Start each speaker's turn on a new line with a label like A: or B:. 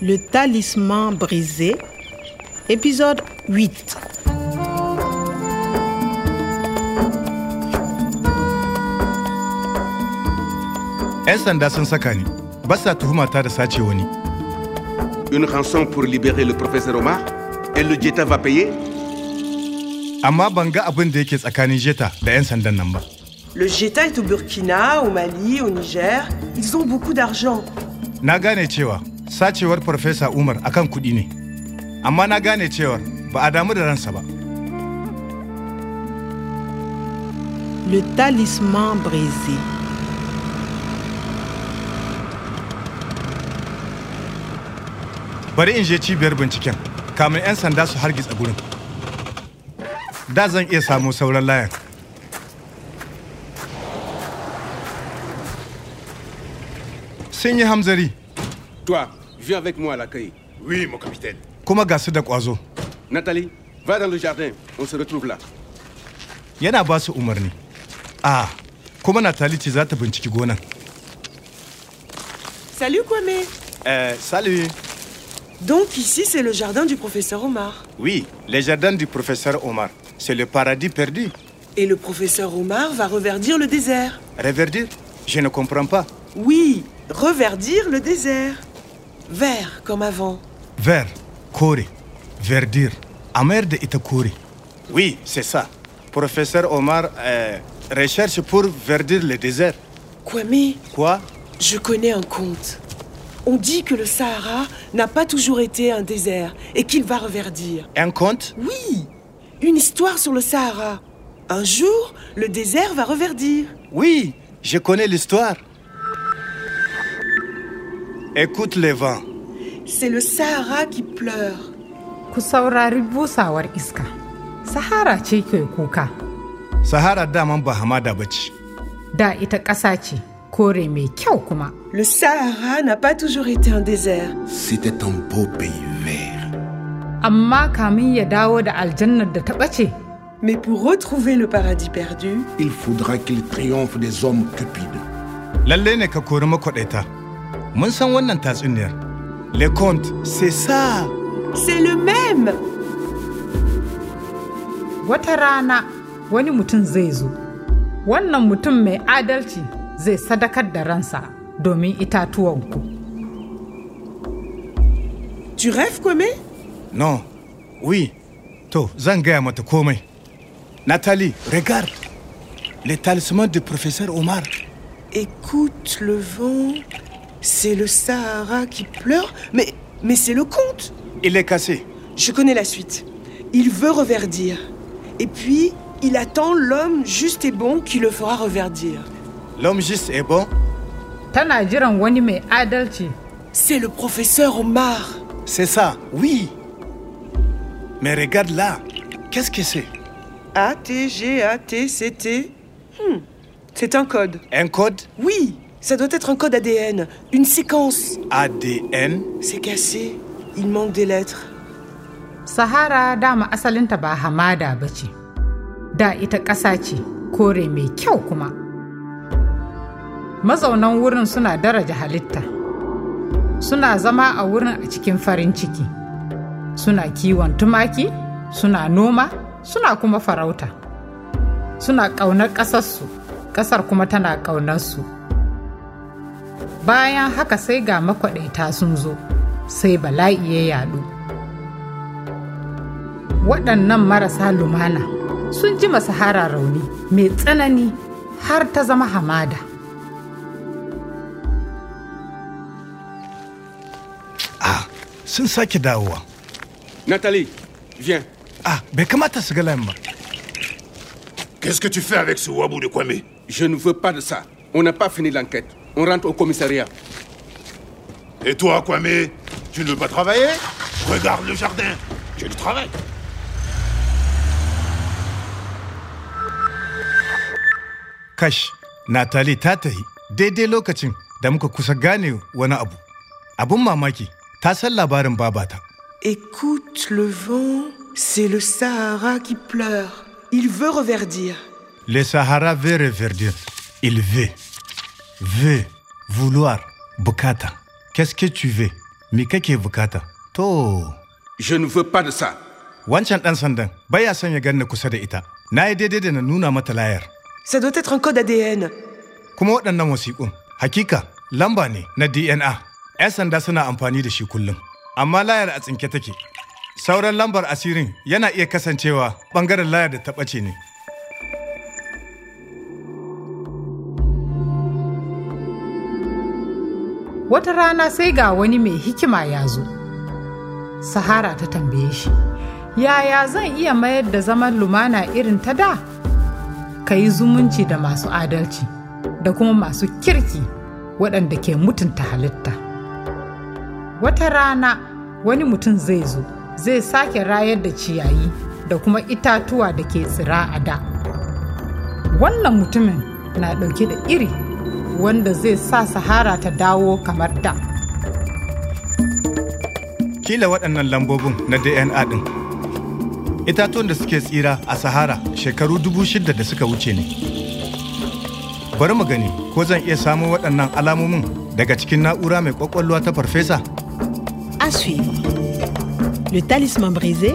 A: Le talisman brisé, épisode 8.
B: ‘Yan sanda sun saka ni, ba sa tuhumata da sace wani.
C: Une rançon pour libérer le professeur Omar Et le Jetta va payer
B: Amma ban ga abin da yake tsakanin Jeta da 'yan sandan nan ba.
D: Le Jeta est au Burkina, au Mali, au Niger. Ils ont beaucoup d'argent.
B: Na gane cewa sacewar Farfesa Umar akan kuɗi ne, amma na gane cewar ba a damu da ransa ba.
A: Le talisman brisé.
B: Bari in je cibiyar binciken, kamin 'yan sanda su hargitsa gurin. Da zan iya samu sauran layan. Sun yi hamzari
C: Toi, viens avec moi à l'accueil.
E: Oui, mon capitaine.
B: kuma ga su da ƙwazo.
C: Nathalie, va dans le jardin. On se retrouve là.
B: Yana ba su umarni. A, kuma Natali ce za ta binciki gonan.
D: Salut Kwame
B: Eh,
E: Euh, salut.
D: Donc ici c'est le jardin du professeur Omar.
B: Oui, les jardins du professeur Omar, c'est le paradis perdu.
D: Et le professeur Omar va reverdir le désert.
B: Reverdir, je ne comprends pas.
D: Oui, reverdir le désert. Vert comme avant.
B: Vert, kore, verdir, amer da ita kore. Oui, c'est ça. Professeur Omar euh, recherche pour verdir le désert.
D: Kwame,
B: Quoi
D: je connais un conte. On dit que le Sahara n'a pas toujours été un désert et qu'il va reverdir.
B: Un conte
D: Oui, une histoire sur le Sahara. Un jour, le désert va reverdir.
B: Oui, je connais l'histoire. Écoute le vent.
D: C'est le Sahara qui pleure.
F: Ku saurari busawar iska. Sahara ce ke kuka,
B: Sahara daman ba hamada ba ce.
F: da ita ƙasa ce, kore mai kyau kuma.
D: Le Sahara n'a pas toujours été un désert.
E: C'était un beau pays vert.
F: Amma kamin ya dawo da aljannar da ta ɓace,
D: Mais pour retrouver le paradis perdu,
E: Il faudra qu'il triomphe des hommes cupides.
B: Lalle ne ka kori makwaɗaita. Mun san wannan tatsuniyar. Le conte, c'est ça.
D: c'est le même.
F: wata rana wani mutum zai zo. Wannan mutum mai adalci zai sadakar da ransa domin itatuwanku.
D: Tu rêves, Kwame
B: Non. Oui. To, zan gaya mata komai. Nathalie, regarde. Le talisman du professeur Omar.
D: Écoute le vent. C'est le Sahara qui pleure. Mais, mais c'est le conte.
B: Il est cassé.
D: Je connais la suite. Il veut reverdir. Et puis, il attend l'homme juste et bon qui le fera reverdir.
B: L'homme juste est bon.
F: Tana jiran wani mai adalci
D: C'est le professeur Omar.
B: C'est ça, oui. Mais regarde là. Qu'est-ce que c'est
D: A, T, G, A, T, C, T. Hmm. C'est un code.
B: Un code
D: Oui, ça doit être un code ADN. Une séquence.
B: ADN
D: C'est cassé. Il manque des lettres.
F: Sahara dama asalinta ba hamada ba ce, da ita ƙasa ce, kore mai kyau kuma. Mazaunan wurin suna daraja halitta, suna zama a wurin a cikin farin ciki, suna kiwon tumaki, suna noma, suna kuma farauta. Suna ƙaunar ƙasarsu, ƙasar kuma tana ƙaunarsu. Bayan haka sai ga makwaɗaita sun zo, sai bala'i ya yaɗu. waɗannan marasa lumana sun ji masahara rauni mai tsanani har ta zama hamada
B: Ah, sun sake dawowa.
C: Nathalie, viens.
B: Ah, bai kamata su ga layin ba.
E: Qu'est-ce que tu fais avec ce wabou de Kwame
C: Je ne veux pas de ça. On n'a pas fini l'enquête. On rentre au commissariat.
E: Et toi, Kwame Tu ne veux pas travailler Regarde le jardin. J'ai du travail.
B: Kash, Nathalie ta tahi daidai lokacin da muka kusa gane wani abu. Abun mamaki, ta san labarin babata.
D: Écoute le vent. C'est le Sahara qui pleure. Il veut reverdir.
B: Le Sahara veut reverdir. Il veut. Veut. Vouloir. Bukata. Qu'est-ce que tu veux me kake bukata? To,
C: Je ne veux pas de ça.
B: wancan ɗan sandan baya son ya ganni kusa da ita. Na yi daidai da na nuna mata layar.
D: Ça doit être un code ADN.
B: Kuma waɗannan wasiƙun, hakika lamba ne na DNA. 'Yan sanda suna amfani da shi kullum. Amma layar a tsinke take. Sauran lambar asirin yana iya kasancewa ɓangaren layar da ta ɓace ne.
F: Wata rana sai ga wani mai hikima ya zo. Sahara ta tambaye shi, yaya zan iya mayar da zaman lumana irin ta da? Ka yi zumunci da masu adalci da kuma masu kirki waɗanda ke mutunta halitta. Wata rana wani mutum zai zo, zai sake rayar da ciyayi da kuma itatuwa da ke tsira a da. wannan mutumin na ɗauke da iri wanda zai sa sahara ta dawo kamar da
B: Kila waɗannan lambobin na DNA ɗin. Itatuwan da suke tsira a Sahara shekaru dubu shida da suka wuce ne. Bari mu gani ko zan iya samo waɗannan alamomin daga cikin na'ura mai ƙwaƙwalwa ta farfesa.
A: À suivre. Le talisman brisé,